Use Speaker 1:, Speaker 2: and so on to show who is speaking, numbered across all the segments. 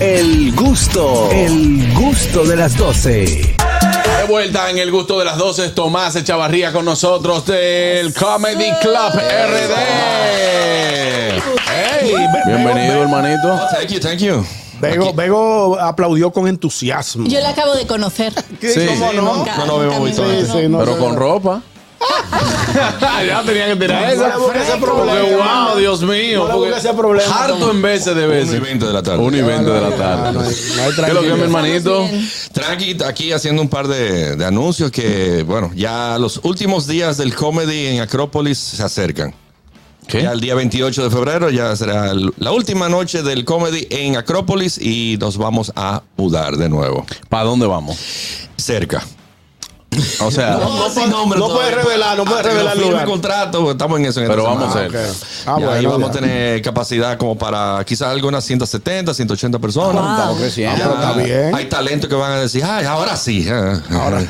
Speaker 1: El gusto, el gusto de las 12.
Speaker 2: De vuelta en el gusto de las 12, Tomás Echavarría con nosotros del Comedy Club RD.
Speaker 3: Sí, Be-
Speaker 2: Bienvenido, hermanito.
Speaker 4: Oh, Thank you, thank you.
Speaker 3: Bego, Bego aplaudió con entusiasmo.
Speaker 5: Yo la acabo de conocer.
Speaker 2: Sí,
Speaker 3: ¿Cómo
Speaker 4: sí,
Speaker 3: no?
Speaker 5: Nunca-
Speaker 4: no lo veo
Speaker 5: nunca
Speaker 4: muy
Speaker 5: me
Speaker 4: tarde.
Speaker 5: veo, no.
Speaker 2: pero con ropa. ya tenía que tirar esa. Porque, wow, Dios mío.
Speaker 3: No le
Speaker 2: porque
Speaker 3: busques ese problema,
Speaker 2: Harto
Speaker 3: Tomás.
Speaker 2: en veces de
Speaker 3: Pues,
Speaker 4: Uno
Speaker 2: veces.
Speaker 4: y 20 de la tarde.
Speaker 2: 1 y 20 de la
Speaker 3: no,
Speaker 2: tarde.
Speaker 3: no,
Speaker 2: ¿Qué es lo que es, mi hermanito?
Speaker 5: Estamos bien.
Speaker 4: Tranqui, aquí haciendo un par de, de anuncios que, bueno, ya los últimos días del comedy en Acrópolis se acercan.
Speaker 3: ¿Eh?
Speaker 4: Ya el día 28 de febrero ya será el- la última noche del comedy en Acrópolis y nos vamos a mudar de nuevo.
Speaker 2: ¿Para dónde vamos?
Speaker 4: Cerca. Ah,
Speaker 2: O sea,
Speaker 4: sin nombre
Speaker 3: no
Speaker 4: todavía.
Speaker 3: puedes revelar, no puedes
Speaker 4: Ah, que
Speaker 3: revelar el
Speaker 4: firme
Speaker 3: lugar.
Speaker 4: contrato, porque estamos en eso. en esta
Speaker 2: Pero vamos
Speaker 4: semana.
Speaker 2: a hacer.
Speaker 3: Ok. Ah,
Speaker 4: y ahí
Speaker 3: bueno,
Speaker 4: vamos
Speaker 3: ya.
Speaker 4: a tener capacidad como para quizás algunas 170, 180 personas.
Speaker 5: Wow. Estamos
Speaker 3: Ah,
Speaker 2: creciendo.
Speaker 3: pero está bien.
Speaker 4: Hay talento que van a decir, ay, ahora sí. ah". Ahora,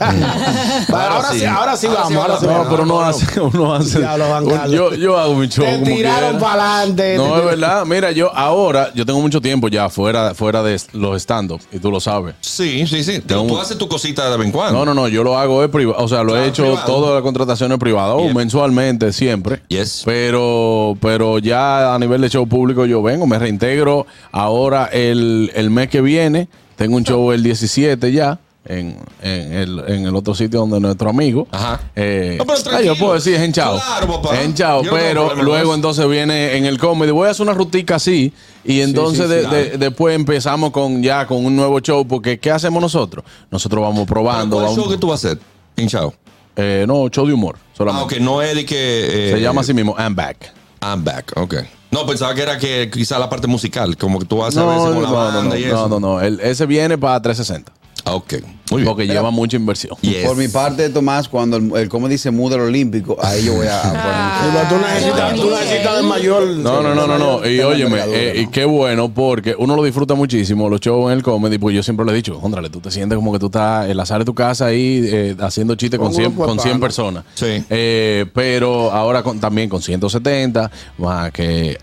Speaker 3: Ahora, sí, ahora sí vamos. Ahora sí
Speaker 2: No,
Speaker 3: vamos.
Speaker 2: pero no hace, uno hace.
Speaker 3: Diablo, Juan
Speaker 2: un-
Speaker 3: Carlos.
Speaker 2: yo, yo hago mi show.
Speaker 3: Te
Speaker 2: como
Speaker 3: tiraron
Speaker 2: quiera.
Speaker 3: para adelante.
Speaker 2: No, es verdad. Mira, yo ahora, yo tengo mucho tiempo ya fuera, fuera de los stand-up, y tú lo sabes.
Speaker 4: Sí, sí, sí. Tú,
Speaker 2: un-
Speaker 4: tú haces tu cosita de vez en cuando.
Speaker 2: No, no, no, yo lo hago de privado. O sea, lo
Speaker 4: Ah,
Speaker 2: he hecho
Speaker 4: privado.
Speaker 2: todas las contrataciones privadas, o
Speaker 4: Bien.
Speaker 2: mensualmente, siempre.
Speaker 4: Yes.
Speaker 2: Pero, pero ya a nivel de show público yo vengo, me reintegro. Ahora el, el mes que viene, tengo un show el 17 ya. En, en el, en el otro sitio donde nuestro amigo.
Speaker 4: Ajá.
Speaker 2: eh,
Speaker 4: No, pero
Speaker 2: ah,
Speaker 4: tranquilo.
Speaker 2: yo puedo decir, es en Chao.
Speaker 4: Claro, papá.
Speaker 2: Es en Chao,
Speaker 4: Yo no tengo
Speaker 2: pero
Speaker 4: problema con
Speaker 2: luego
Speaker 4: eso.
Speaker 2: entonces viene en el comedy. Voy a hacer una rutica así. Y entonces
Speaker 4: sí,
Speaker 2: de-
Speaker 4: claro.
Speaker 2: de- después empezamos con ya con un nuevo show. Porque ¿qué hacemos nosotros? Nosotros vamos probando.
Speaker 4: ¿Cuál
Speaker 2: vamos-
Speaker 4: show que tú vas a hacer? Hinchado.
Speaker 2: eh, no, show de humor. Solamente.
Speaker 4: Ah, ok, no es de que. eh,
Speaker 2: Se llama así mismo, I'm Back.
Speaker 4: I'm back, ok. No, pensaba que era que quizá la parte musical, como que tú haces a veces
Speaker 2: No, no,
Speaker 4: con la
Speaker 2: no,
Speaker 4: banda
Speaker 2: no,
Speaker 4: y
Speaker 2: no,
Speaker 4: eso.
Speaker 2: no, no. El- ese viene para 360.
Speaker 4: Ah, ok. Muy bien.
Speaker 2: Porque lleva mucha inversión.
Speaker 4: Yes.
Speaker 6: Por mi parte, Tomás, cuando el, el comedy se muda al Olímpico, ahí yo voy a a poner.
Speaker 3: Pero tú necesitas, tú necesitas de mayor.
Speaker 2: No, no, no, no, no. Y
Speaker 6: Tema
Speaker 2: óyeme,
Speaker 6: envergadura,
Speaker 2: eh, y
Speaker 6: ¿no?
Speaker 2: qué bueno porque uno lo disfruta muchísimo, los shows en el comedy, porque yo siempre lo he dicho, contrale, tú te sientes como que tú estás en la sala de tu casa ahí eh, haciendo chistes con
Speaker 3: Con
Speaker 2: 100,
Speaker 3: unos
Speaker 2: con 100
Speaker 3: guapanos.
Speaker 2: personas.
Speaker 4: Sí.
Speaker 2: Eh, pero ahora con, también con 170, más que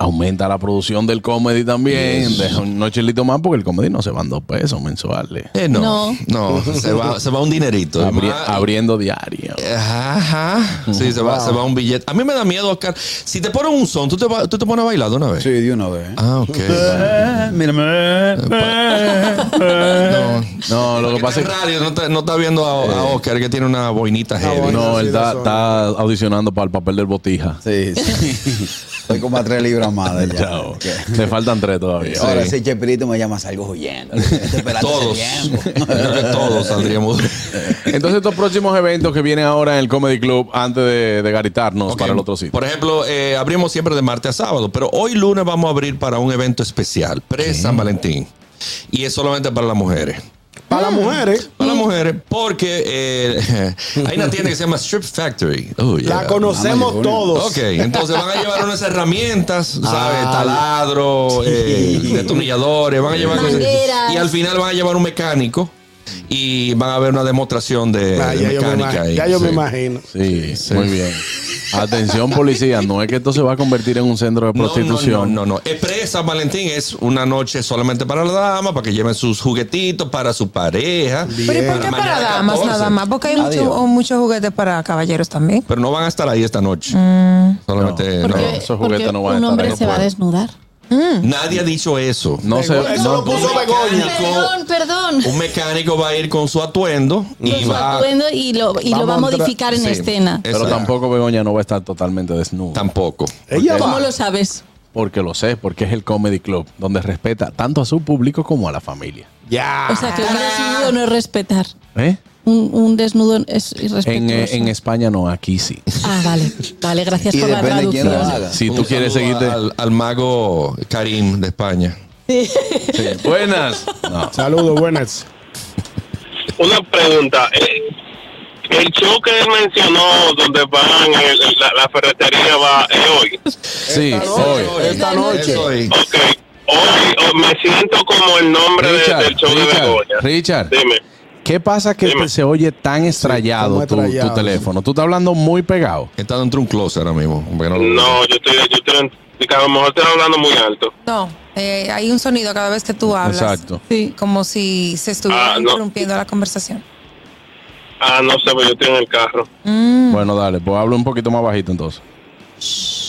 Speaker 2: aumenta la producción del comedy también, deja un no chilito más porque el comedy no se van dos pesos mensuales.
Speaker 4: Eh, no, no,
Speaker 5: No.
Speaker 4: se, va, se va un dinerito.
Speaker 2: Abri-
Speaker 4: Pues Más-
Speaker 2: abriendo diario.
Speaker 4: Ajá. Sí, se va, se va un billete. A mí me da miedo, Oscar. Si te ponen un son, tú te, va- tú te pones a bailar de una vez.
Speaker 6: Sí, de una vez.
Speaker 4: Ah, ok. Ah, no,
Speaker 2: No, lo que
Speaker 4: Porque
Speaker 2: pasa es
Speaker 4: está
Speaker 2: que
Speaker 4: en radio, no, está, no está viendo a, a Oscar que tiene una boinita heavy.
Speaker 3: boina.
Speaker 2: no, él
Speaker 3: Sí,
Speaker 2: está,
Speaker 3: razón.
Speaker 2: está audicionando para el papel del botija.
Speaker 6: Sí, sí. Estoy como a tres libras más de ya.
Speaker 2: Chao.
Speaker 6: Que-
Speaker 2: Le faltan tres todavía.
Speaker 6: Ahora ese Chespirito me llama salgo huyendo. Estoy esperando ese
Speaker 4: Todos. Yo
Speaker 6: tiempo.
Speaker 4: creo que todos saldríamos.
Speaker 2: Entonces, estos próximos eventos que vienen ahora en el Comedy Club antes de, de garitarnos
Speaker 4: Ok,
Speaker 2: para el otro sitio.
Speaker 4: Por ejemplo, eh, abrimos siempre de martes a sábado, pero hoy lunes vamos a abrir para un evento especial, pre-San Valentín. Y es solamente para las mujeres.
Speaker 3: Para las mujeres.
Speaker 4: Para las mujeres, porque eh, hay una tienda que se llama Strip Factory. Oh, yeah.
Speaker 3: La conocemos
Speaker 6: Mamá,
Speaker 3: todos.
Speaker 4: Ok, entonces van a llevar unas herramientas, ¿sabes?
Speaker 6: Ah.
Speaker 4: Taladro, eh, destornilladores, van a llevar cosas.
Speaker 5: Mangueras.
Speaker 4: Y al final van a llevar un mecánico y van a ver una demostración de,
Speaker 3: Ah,
Speaker 4: de
Speaker 3: ya yo me
Speaker 4: mecánica.
Speaker 3: imag-
Speaker 4: ahí,
Speaker 3: ya yo me
Speaker 4: sí.
Speaker 3: imagino.
Speaker 2: Sí, muy bien. Atención, policía. No es que esto se va a convertir en un centro de
Speaker 4: No, no,
Speaker 2: prostitución.
Speaker 4: No, no, no. Es pre-San Valentín es una noche solamente para la dama, para que lleven sus juguetitos para su pareja.
Speaker 7: Pero ¿y por qué
Speaker 4: Mañana
Speaker 7: para damas
Speaker 4: 14.
Speaker 7: nada más? Porque hay mucho-
Speaker 6: Adiós.
Speaker 7: o muchos juguetes para caballeros también.
Speaker 4: Pero no van a estar ahí esta noche.
Speaker 7: Mm.
Speaker 4: Solamente.
Speaker 2: No,
Speaker 5: Porque,
Speaker 4: no.
Speaker 2: esos juguetes
Speaker 5: porque
Speaker 2: no van
Speaker 5: un
Speaker 2: a estar
Speaker 5: hombre
Speaker 2: ahí, no
Speaker 5: se va a
Speaker 2: pueden.
Speaker 5: desnudar.
Speaker 4: Nadie ha dicho eso.
Speaker 2: No se-
Speaker 3: Eso
Speaker 2: no-
Speaker 3: lo puso Begoña.
Speaker 5: Perdón, perdón.
Speaker 4: Un mecánico va a ir con su atuendo y
Speaker 5: Con su
Speaker 4: va.
Speaker 5: atuendo y lo, y lo va a
Speaker 3: Vamos a entrar-
Speaker 5: modificar en
Speaker 4: sí.
Speaker 5: escena.
Speaker 2: pero
Speaker 4: Exacto.
Speaker 2: tampoco Begoña no va a estar totalmente desnuda.
Speaker 4: Tampoco.
Speaker 3: Ella
Speaker 5: ¿Cómo
Speaker 3: va.
Speaker 5: lo sabes?
Speaker 2: porque lo sé, porque es el Comedy Club, donde respeta tanto a su público como a la familia.
Speaker 3: Ya.
Speaker 5: O sea, que un
Speaker 3: Ah.
Speaker 5: desnudo no es respetar.
Speaker 2: ¿Eh?
Speaker 5: Un, un desnudo es
Speaker 2: En, eh,
Speaker 5: irrespetuoso.
Speaker 2: en España no, aquí sí.
Speaker 5: Ah, vale. Vale, gracias
Speaker 6: Y
Speaker 5: por la
Speaker 6: depende de quién lo
Speaker 5: traducción.
Speaker 6: haga.
Speaker 2: Si
Speaker 4: Un
Speaker 2: tú quieres
Speaker 4: saludo
Speaker 2: seguirte.
Speaker 4: Al, al mago Karim de España.
Speaker 2: Sí. Buenas. No.
Speaker 3: Saludos, buenas.
Speaker 8: Una pregunta. eh, El show que él mencionó donde van, el- el- la, la ferretería va es hoy.
Speaker 2: Sí, hoy.
Speaker 3: Esta
Speaker 4: Es
Speaker 3: noche.
Speaker 4: hoy.
Speaker 8: Ok. Hoy oh, me siento como el nombre de-
Speaker 2: Richard,
Speaker 8: del show de Begoña.
Speaker 2: Richard, Richard.
Speaker 8: Dime.
Speaker 2: ¿Qué pasa que
Speaker 8: Dime.
Speaker 2: se oye tan estrellado
Speaker 3: como
Speaker 2: tu, tu
Speaker 3: estrellado,
Speaker 2: teléfono? Tú estás hablando muy pegado.
Speaker 4: Está dentro de un closet ahora mismo. porque no lo-
Speaker 8: No, yo estoy, yo estoy en Y que a lo mejor estoy hablando muy alto.
Speaker 7: No, eh, hay un sonido cada vez que tú hablas.
Speaker 2: Exacto.
Speaker 7: Sí. Como si se estuviera
Speaker 8: Ah, no.
Speaker 7: interrumpiendo la conversación.
Speaker 8: Ah, no sé, pero yo estoy en el carro.
Speaker 2: Bueno, dale, pues hablo un poquito más bajito entonces.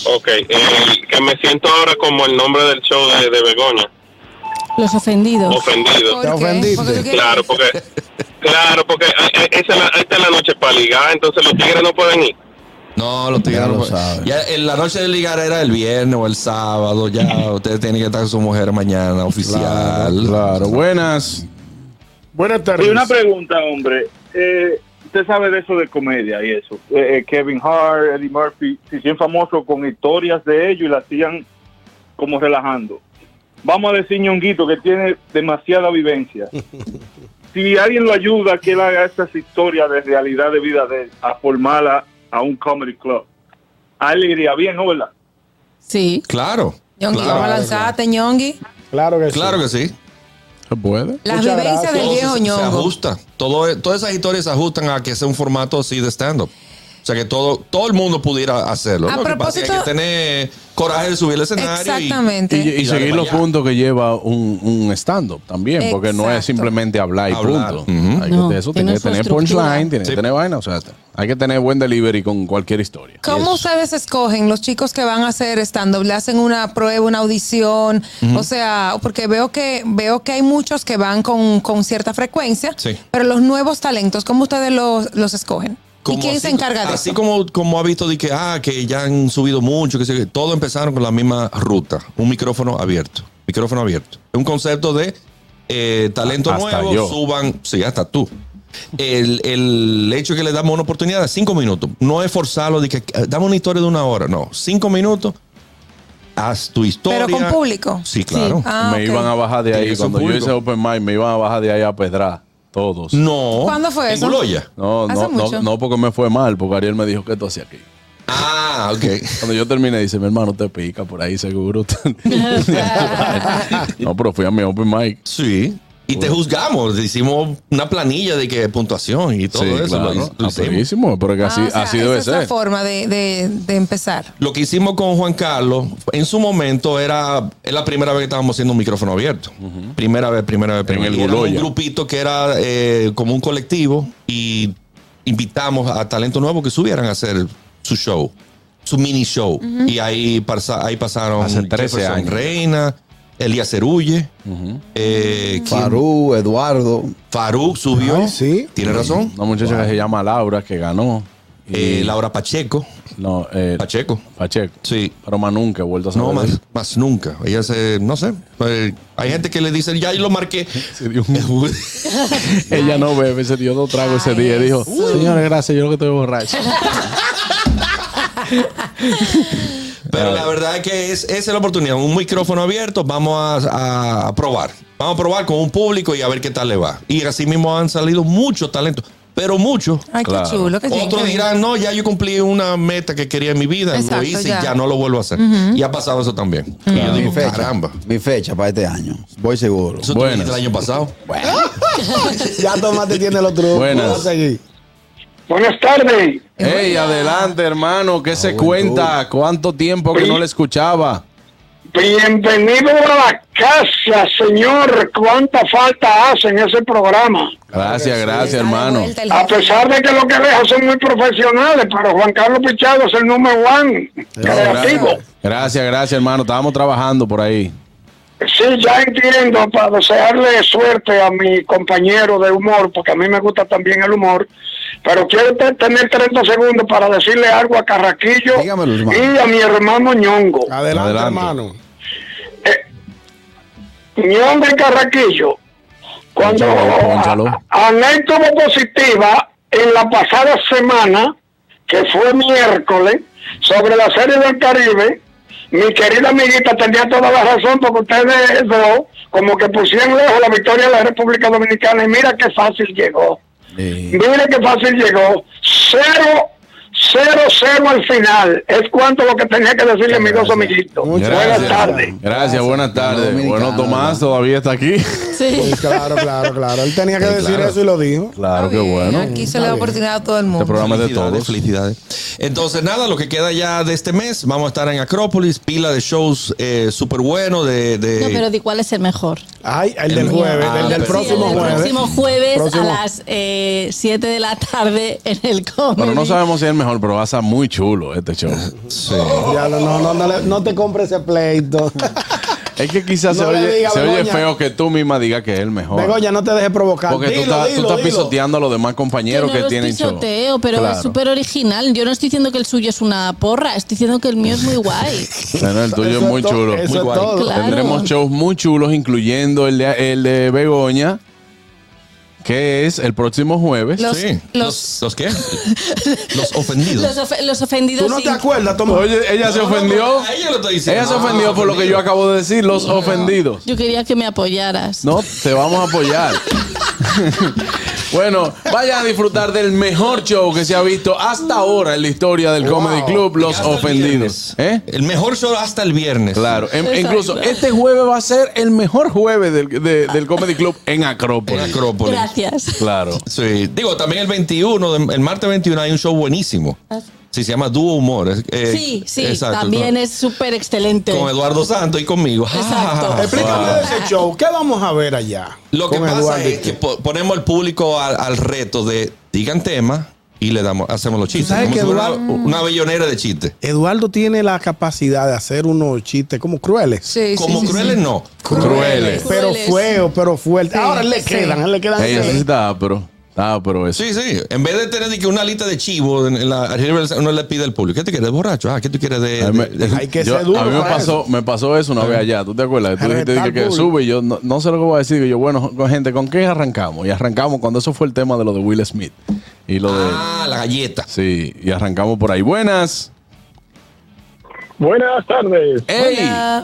Speaker 8: Ok, eh, que me siento ahora como el nombre del show de, de Begoña,
Speaker 5: Los ofendidos.
Speaker 8: ofendido.
Speaker 7: qué?
Speaker 6: ofendiste.
Speaker 7: Porque tú quieres-
Speaker 8: Claro, porque claro, porque eh, eh, esa es la, esta es la noche para ligar, entonces los tigres no pueden ir.
Speaker 4: No, los tigres
Speaker 6: Ya
Speaker 4: no
Speaker 6: lo
Speaker 4: pueden-
Speaker 6: sabe.
Speaker 4: Ya en la noche de ligar era el viernes o el sábado. Ya ustedes tienen que estar con su mujer mañana oficial.
Speaker 2: Claro, buenas.
Speaker 9: Buenas tardes.
Speaker 10: Y una pregunta, hombre. Eh, usted sabe de eso de comedia y eso. Eh, eh, Kevin Hart, Eddie Murphy, se hicieron famosos con historias de ellos y la hacían como relajando. Vamos a decir ñonguito que tiene demasiada vivencia. si alguien lo ayuda, que él haga esas historias de realidad de vida de él, a formarla a un comedy club. A él le iría bien, ¿no, verdad?
Speaker 5: Sí.
Speaker 4: Claro.
Speaker 7: Ñongui, vamos a este lanzarte, Ñongui.
Speaker 3: Claro que sí.
Speaker 4: Claro que sí.
Speaker 2: ¿Se puede?
Speaker 7: Las
Speaker 3: Muchas gracias.
Speaker 7: vivencias del
Speaker 4: Todo
Speaker 7: viejo
Speaker 4: se, se
Speaker 7: Ñongo.
Speaker 4: ajusta. Todo, e, todas esas historias se ajustan a que sea un formato así de stand-up. O sea, que todo, todo el mundo pudiera hacerlo.
Speaker 7: A
Speaker 4: Lo que pasa es que hay que
Speaker 7: propósito-
Speaker 4: tener coraje de subir el escenario. y-
Speaker 2: Y,
Speaker 7: Exactamente.
Speaker 2: y
Speaker 4: Y dale
Speaker 2: seguir los
Speaker 4: para allá.
Speaker 2: puntos que lleva un, un stand-up también, porque no es
Speaker 7: Exacto.
Speaker 2: simplemente hablar y
Speaker 4: Hablar.
Speaker 2: punto.
Speaker 4: Ujú.
Speaker 2: Hay
Speaker 5: No,
Speaker 2: que, eso
Speaker 5: tiene
Speaker 2: tiene que
Speaker 5: su
Speaker 2: tener
Speaker 5: estructura.
Speaker 2: punchline, tiene
Speaker 4: Sí.
Speaker 2: que tener vaina, o sea, hay que tener buen delivery con cualquier historia.
Speaker 7: ¿Cómo ustedes escogen los chicos que van a hacer stand-up? ¿Le hacen una prueba, una audición? O sea, porque veo que veo que hay muchos que van con, con cierta frecuencia,
Speaker 4: Sí.
Speaker 7: pero los nuevos talentos, ¿cómo ustedes los, los escogen? ¿Y
Speaker 4: como
Speaker 7: quién se
Speaker 4: así-
Speaker 7: encarga de
Speaker 4: Así
Speaker 7: eso?
Speaker 4: como, como ha visto de que, ah, que ya han subido mucho, que, sé yo, todo empezaron con la misma ruta. Un micrófono abierto. Micrófono abierto. Es un concepto de eh, talento
Speaker 2: Hasta
Speaker 4: nuevo,
Speaker 2: yo.
Speaker 4: suban, sí, hasta tú. El, el hecho que le damos una oportunidad de cinco minutos. No es forzarlo de que eh, dame una historia de una hora. No, cinco minutos, haz tu historia.
Speaker 7: ¿Pero con público?
Speaker 4: Sí, claro.
Speaker 7: Ah,
Speaker 2: me
Speaker 7: ok.
Speaker 2: iban a bajar de ahí.
Speaker 4: Tiene su
Speaker 2: Cuando yo
Speaker 4: público.
Speaker 2: hice Open Mic, me iban a bajar de ahí a pedrar. Todos.
Speaker 4: No.
Speaker 7: ¿Cuándo fue
Speaker 4: en
Speaker 7: eso?
Speaker 4: Guloya.
Speaker 2: No,
Speaker 7: Hace
Speaker 2: no, no,
Speaker 7: mucho.
Speaker 2: no porque me fue mal, porque Ariel me dijo que tú hacías aquí.
Speaker 4: Ah, ok.
Speaker 2: Cuando yo terminé, dice, mi hermano, te pica por ahí seguro.
Speaker 7: Ah,
Speaker 2: no, pero fui a mi open mic.
Speaker 4: Sí. Y te juzgamos, hicimos una planilla de que puntuación y todo
Speaker 2: sí,
Speaker 4: eso.
Speaker 2: claro.
Speaker 4: Lo, lo
Speaker 2: Ah,
Speaker 4: hicimos.
Speaker 2: buenísimo, pero que
Speaker 7: Ah,
Speaker 2: así,
Speaker 7: o sea,
Speaker 2: así debe
Speaker 7: esa es la
Speaker 2: ser.
Speaker 7: forma de, de- de empezar.
Speaker 4: Lo que hicimos con Juan Carlos, en su momento era es la primera vez que estábamos haciendo un micrófono abierto. Primera vez, primera vez, primera
Speaker 2: el
Speaker 4: vez. Y era un
Speaker 2: Guloya.
Speaker 4: grupito que era eh, como un colectivo y invitamos a talento nuevo que subieran a hacer su show, su mini show. Y ahí, pasa- ahí pasaron
Speaker 2: Hace 13
Speaker 4: Jefferson
Speaker 2: años.
Speaker 4: Reina, Elías Cerulle, eh, ¿quién?
Speaker 6: Farú, Eduardo.
Speaker 4: Farú subió.
Speaker 3: Ay, sí.
Speaker 4: Tiene razón.
Speaker 2: Una muchacha que se llama Laura, que ganó.
Speaker 4: Eh, Laura Pacheco.
Speaker 2: No, eh,
Speaker 4: Pacheco.
Speaker 2: Pacheco.
Speaker 4: Sí.
Speaker 2: Pero más nunca he vuelto a saber.
Speaker 4: No,
Speaker 2: de
Speaker 4: más,
Speaker 2: eso.
Speaker 4: más nunca. Ella se, no sé. eh, hay gente que le dice, ya lo marqué.
Speaker 2: Ella no bebe, se dio dos tragos ese
Speaker 7: Ay,
Speaker 2: día y dijo,
Speaker 7: Jesús.
Speaker 2: señores, gracias, yo lo que estoy borracho.
Speaker 4: Pero la verdad es que es, esa es la oportunidad. Un micrófono abierto, vamos a, a probar. Vamos a probar con un público y a ver qué tal le va. Y así mismo han salido muchos talentos, pero muchos.
Speaker 7: Ay,
Speaker 2: Claro.
Speaker 7: qué chulo. Qué
Speaker 4: Otros
Speaker 7: qué
Speaker 4: dirán, no, ya yo cumplí una meta que quería en mi vida, lo
Speaker 7: Exacto,
Speaker 4: hice
Speaker 7: ya.
Speaker 4: y ya no lo vuelvo a hacer. Y ha pasado eso también. Y yo digo,
Speaker 6: Mi fecha.
Speaker 4: caramba.
Speaker 6: Mi fecha para este año. Voy seguro.
Speaker 4: Eso tú
Speaker 2: Buenas.
Speaker 4: dijiste el año pasado.
Speaker 3: Ya Tomate tiene los trucos.
Speaker 2: Buenas.
Speaker 3: Vamos a seguir.
Speaker 10: Buenas tardes.
Speaker 2: Hey, adelante, hermano, ¿qué
Speaker 4: Ah,
Speaker 2: se cuenta? ¿Cuánto tiempo que no le escuchaba?
Speaker 10: Bienvenido a la casa, señor. ¿Cuánta falta hace en ese programa?
Speaker 2: Gracias, gracias,
Speaker 7: Está de
Speaker 2: hermano.
Speaker 7: vuelta el
Speaker 10: A
Speaker 7: jefe.
Speaker 10: pesar de que los que dejan son muy profesionales, pero Juan Carlos Pichado es el número one creativo.
Speaker 2: Gracias, gracias, gracias, hermano. Estábamos trabajando por ahí.
Speaker 10: Sí, ya entiendo, para desearle suerte a mi compañero de humor, porque a mí me gusta también el humor, pero quiero te- tener 30 segundos para decirle algo a Carraquillo
Speaker 6: Dígamelo, hermano.
Speaker 10: y a mi hermano Ñongo.
Speaker 3: Adelante,
Speaker 2: Adelante.
Speaker 3: hermano.
Speaker 10: Ñongo y Carraquillo, cuando
Speaker 2: Pónchalo, pónchalo.
Speaker 10: a- Anel tuvo positiva en la pasada semana, que fue miércoles, sobre la serie del Caribe, mi querida amiguita tenía toda la razón porque ustedes dos como que pusieron lejos la victoria de la República Dominicana y mira qué fácil llegó. Mira qué fácil llegó. Cero, cero, cero al final. Es cuanto lo que tenía que decirle a mis dos amiguitos.
Speaker 3: Muchas
Speaker 10: Buenas
Speaker 2: Gracias.
Speaker 10: tardes.
Speaker 2: Gracias, buenas tardes.
Speaker 6: Dominicano,
Speaker 2: Bueno, Tomás todavía está aquí.
Speaker 5: Sí.
Speaker 3: Pues claro, claro, claro. Él tenía que
Speaker 4: Sí,
Speaker 3: decir
Speaker 4: claro.
Speaker 3: eso y lo dijo.
Speaker 2: Ah, Claro, qué
Speaker 7: Está bien,
Speaker 2: bueno.
Speaker 7: Aquí se le da
Speaker 3: Está bien.
Speaker 7: oportunidad a todo el mundo.
Speaker 2: programa es de
Speaker 4: Felicidades,
Speaker 2: todos.
Speaker 4: Felicidades. Entonces, nada, lo que queda ya de este mes, vamos a estar en Acrópolis, pila de shows eh, súper buenos. De, de-
Speaker 9: No, pero di cuál es el mejor.
Speaker 3: Ay, el
Speaker 4: El-
Speaker 3: del jueves,
Speaker 4: Ah,
Speaker 3: el del
Speaker 4: sí,
Speaker 3: próximo
Speaker 9: pues el del
Speaker 3: jueves.
Speaker 9: próximo jueves
Speaker 3: Próximo.
Speaker 9: a las 7 de la tarde en el comedy.
Speaker 2: Pero no sabemos si es el mejor, pero va a ser muy chulo este show.
Speaker 4: Sí.
Speaker 3: Ya, no, no, no, no, le- no te compres ese pleito.
Speaker 2: Es que quizás
Speaker 3: No
Speaker 2: se,
Speaker 3: le
Speaker 2: oye,
Speaker 3: diga,
Speaker 2: se oye
Speaker 3: Begoña.
Speaker 2: feo que tú misma digas que es el mejor.
Speaker 3: Begoña, no te dejes provocar.
Speaker 2: Porque tú
Speaker 3: Dilo,
Speaker 2: estás, tú
Speaker 3: dilo,
Speaker 2: estás
Speaker 3: dilo.
Speaker 2: pisoteando a los demás
Speaker 9: Yo
Speaker 2: compañeros
Speaker 9: no
Speaker 2: que
Speaker 9: lo
Speaker 2: tienen show.
Speaker 9: pisoteo, pero
Speaker 2: Claro.
Speaker 9: es súper original. Yo no estoy diciendo que el suyo es una porra, estoy diciendo que el mío es muy guay.
Speaker 2: Bueno, el tuyo
Speaker 3: Eso
Speaker 2: es muy
Speaker 3: to-
Speaker 2: chulo.
Speaker 3: eso
Speaker 2: muy
Speaker 3: es
Speaker 2: guay.
Speaker 3: todo.
Speaker 9: Claro.
Speaker 2: Tendremos shows muy chulos, incluyendo el de, el de Begoña, que es el próximo jueves.
Speaker 7: Los-
Speaker 4: Sí.
Speaker 7: los-
Speaker 4: ¿Los, los qué? los ofendidos.
Speaker 9: Los, ofe- los ofendidos.
Speaker 3: Tú no
Speaker 9: sí.
Speaker 3: te acuerdas, Tomás.
Speaker 2: Oye, ella se
Speaker 4: No, no,
Speaker 2: ofendió.
Speaker 4: no, a ella lo estoy diciendo.
Speaker 2: Ella se
Speaker 4: Ah,
Speaker 2: ofendió por lo que yo
Speaker 4: ofendido.
Speaker 2: acabo de decir, los ofendidos.
Speaker 9: Yo quería que me apoyaras.
Speaker 2: No, te vamos a apoyar. bueno, vayan a disfrutar del mejor show que se ha visto hasta ahora en la historia del Comedy Club, Los
Speaker 4: Hasta el
Speaker 2: Ofendidos.
Speaker 4: viernes.
Speaker 2: ¿Eh?
Speaker 4: El mejor show hasta el viernes.
Speaker 2: Claro, en-
Speaker 9: Exacto.
Speaker 2: incluso este jueves va a ser el mejor jueves del, de- del Comedy Club en Acrópolis.
Speaker 4: En Acrópolis.
Speaker 9: Gracias.
Speaker 2: Claro.
Speaker 4: Sí, digo, también el 21, de- el martes 21 hay un show buenísimo. Sí, se llama Dúo Humor. es- eh,
Speaker 9: Ah. Sí, sí,
Speaker 4: exacto,
Speaker 9: también
Speaker 4: con,
Speaker 9: es súper excelente.
Speaker 4: con Eduardo Santos y conmigo. Ah,
Speaker 9: Exacto.
Speaker 3: Explícame
Speaker 2: Wow.
Speaker 3: de ese show. ¿Qué vamos a ver allá?
Speaker 4: Lo que
Speaker 3: Con
Speaker 4: pasa
Speaker 3: Eduardo.
Speaker 4: es que po- ponemos al público al, al reto de digan tema y le damos, hacemos los chistes.
Speaker 3: ¿Sabes
Speaker 4: Como
Speaker 3: que
Speaker 4: si fuera
Speaker 3: Eduardo-
Speaker 4: una, una bellonera de chistes.
Speaker 3: Eduardo tiene la capacidad de hacer unos chistes como crueles.
Speaker 7: Sí, sí,
Speaker 4: Como
Speaker 7: sí, sí.
Speaker 4: crueles, no.
Speaker 2: Crueles.
Speaker 3: Pero
Speaker 9: Crueles.
Speaker 3: feo, pero fuerte.
Speaker 7: Sí,
Speaker 3: Ahora le
Speaker 7: sí.
Speaker 3: quedan, le quedan.
Speaker 2: Ella sí
Speaker 3: ese-
Speaker 2: está, pero. Está, pero eso.
Speaker 4: Sí, sí. En vez de tener de que una lista de chivo, en- en la- arriba del- uno le pide al público, ¿qué te quieres, borracho? Ah, ¿qué tú quieres de...?
Speaker 2: A mí,
Speaker 4: de-
Speaker 3: Hay que
Speaker 2: yo-
Speaker 3: ser duro
Speaker 2: a mí me
Speaker 3: para
Speaker 2: pasó, me pasó eso una vez allá, ¿tú te acuerdas? Tú dijiste
Speaker 3: Retar
Speaker 2: dije, que
Speaker 3: público.
Speaker 2: sube y yo no, no sé lo que voy a decir. Y yo, bueno, jo- gente, ¿con qué arrancamos? Y arrancamos cuando eso fue el tema de lo de Will Smith. Y lo de.
Speaker 4: ah, la galleta.
Speaker 2: Sí, y arrancamos por ahí. Buenas.
Speaker 10: Buenas tardes.
Speaker 2: ¡Ey!
Speaker 9: Hola.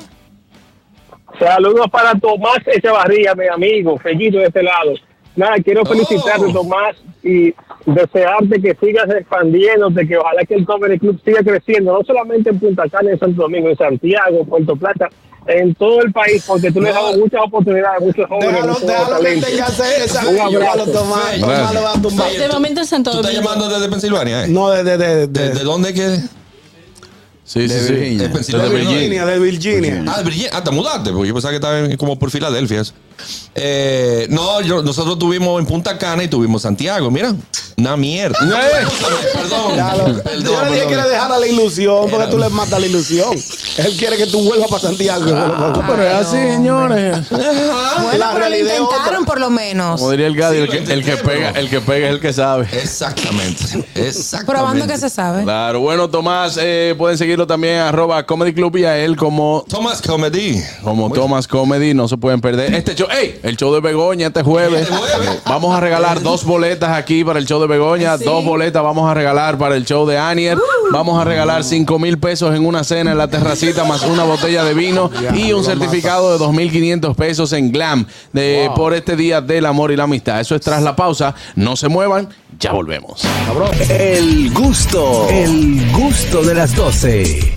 Speaker 10: Saludos para Tomás Echevarría, mi amigo, fellito de este lado. Nada, quiero felicitarte,
Speaker 4: Oh.
Speaker 10: Tomás, y desearte que sigas expandiéndote, que ojalá que el Comedy Club siga creciendo, no solamente en Punta Cana, en Santo Domingo, en Santiago, Puerto Plata, en todo el país, porque tú le has
Speaker 4: No.
Speaker 10: dado muchas oportunidades a muchos jóvenes.
Speaker 3: Déjalo,
Speaker 10: muchos
Speaker 3: déjalo que
Speaker 10: talentos.
Speaker 3: tenga ese- esa.
Speaker 10: Un abrazo.
Speaker 3: Llévalo, Tomás.
Speaker 4: Gracias.
Speaker 3: Tomás lo va a tumbar.
Speaker 9: De momento en Santo
Speaker 4: ¿Tú estás
Speaker 9: Domingo.
Speaker 4: llamando desde Pensilvania? eh?
Speaker 3: No, de, de, de, de,
Speaker 4: ¿De, de dónde que...?
Speaker 2: Sí, sí,
Speaker 6: De
Speaker 2: sí.
Speaker 6: Virginia.
Speaker 2: Desde
Speaker 4: De Pensilvania,
Speaker 2: Virginia.
Speaker 4: ¿no?
Speaker 3: Virginia, de Virginia.
Speaker 4: Ah, Virginia. Ah, te mudaste, porque yo pensaba que estaba en- como por Filadelfia. eso. Eh, no, yo- nosotros tuvimos en Punta Cana y tuvimos Santiago, mira. Una mierda. No, perdón,
Speaker 3: Ya lo-
Speaker 4: perdón,
Speaker 3: yo le dije que le
Speaker 4: perdón.
Speaker 3: dejara la ilusión, porque tú le matas la ilusión. Él quiere que tú vuelvas para Santiago.
Speaker 2: Pero es así, señores.
Speaker 7: Bueno,
Speaker 3: La
Speaker 7: pero lo
Speaker 3: realidad es otra.
Speaker 7: intentaron por lo menos.
Speaker 2: Como diría el Gadi,
Speaker 4: Sí,
Speaker 2: el, que,
Speaker 4: lo
Speaker 2: el que
Speaker 4: intenté,
Speaker 2: pega,
Speaker 4: pero-
Speaker 2: el que pega es el que sabe.
Speaker 4: Exactamente, exactamente.
Speaker 7: Probando que se sabe.
Speaker 2: Claro, bueno, Tomás, eh, pueden seguirlo también arroba Comedy Club y a él como,
Speaker 4: Thomas Comedy.
Speaker 2: como Tomás Comedy, no se pueden perder. Este show, ¡ey! El show de Begoña este jueves.
Speaker 4: Este jueves.
Speaker 2: Vamos a regalar dos boletas aquí para el show de Begoña, dos boletas vamos a regalar para el show de Anier. Vamos a regalar cinco mil pesos en una cena en la terracita, más una botella de vino y un certificado de 2.500 pesos en Glam de, por este día del amor y la amistad. Eso es tras la pausa. No se muevan, ya volvemos.
Speaker 1: El gusto, el gusto de las 12.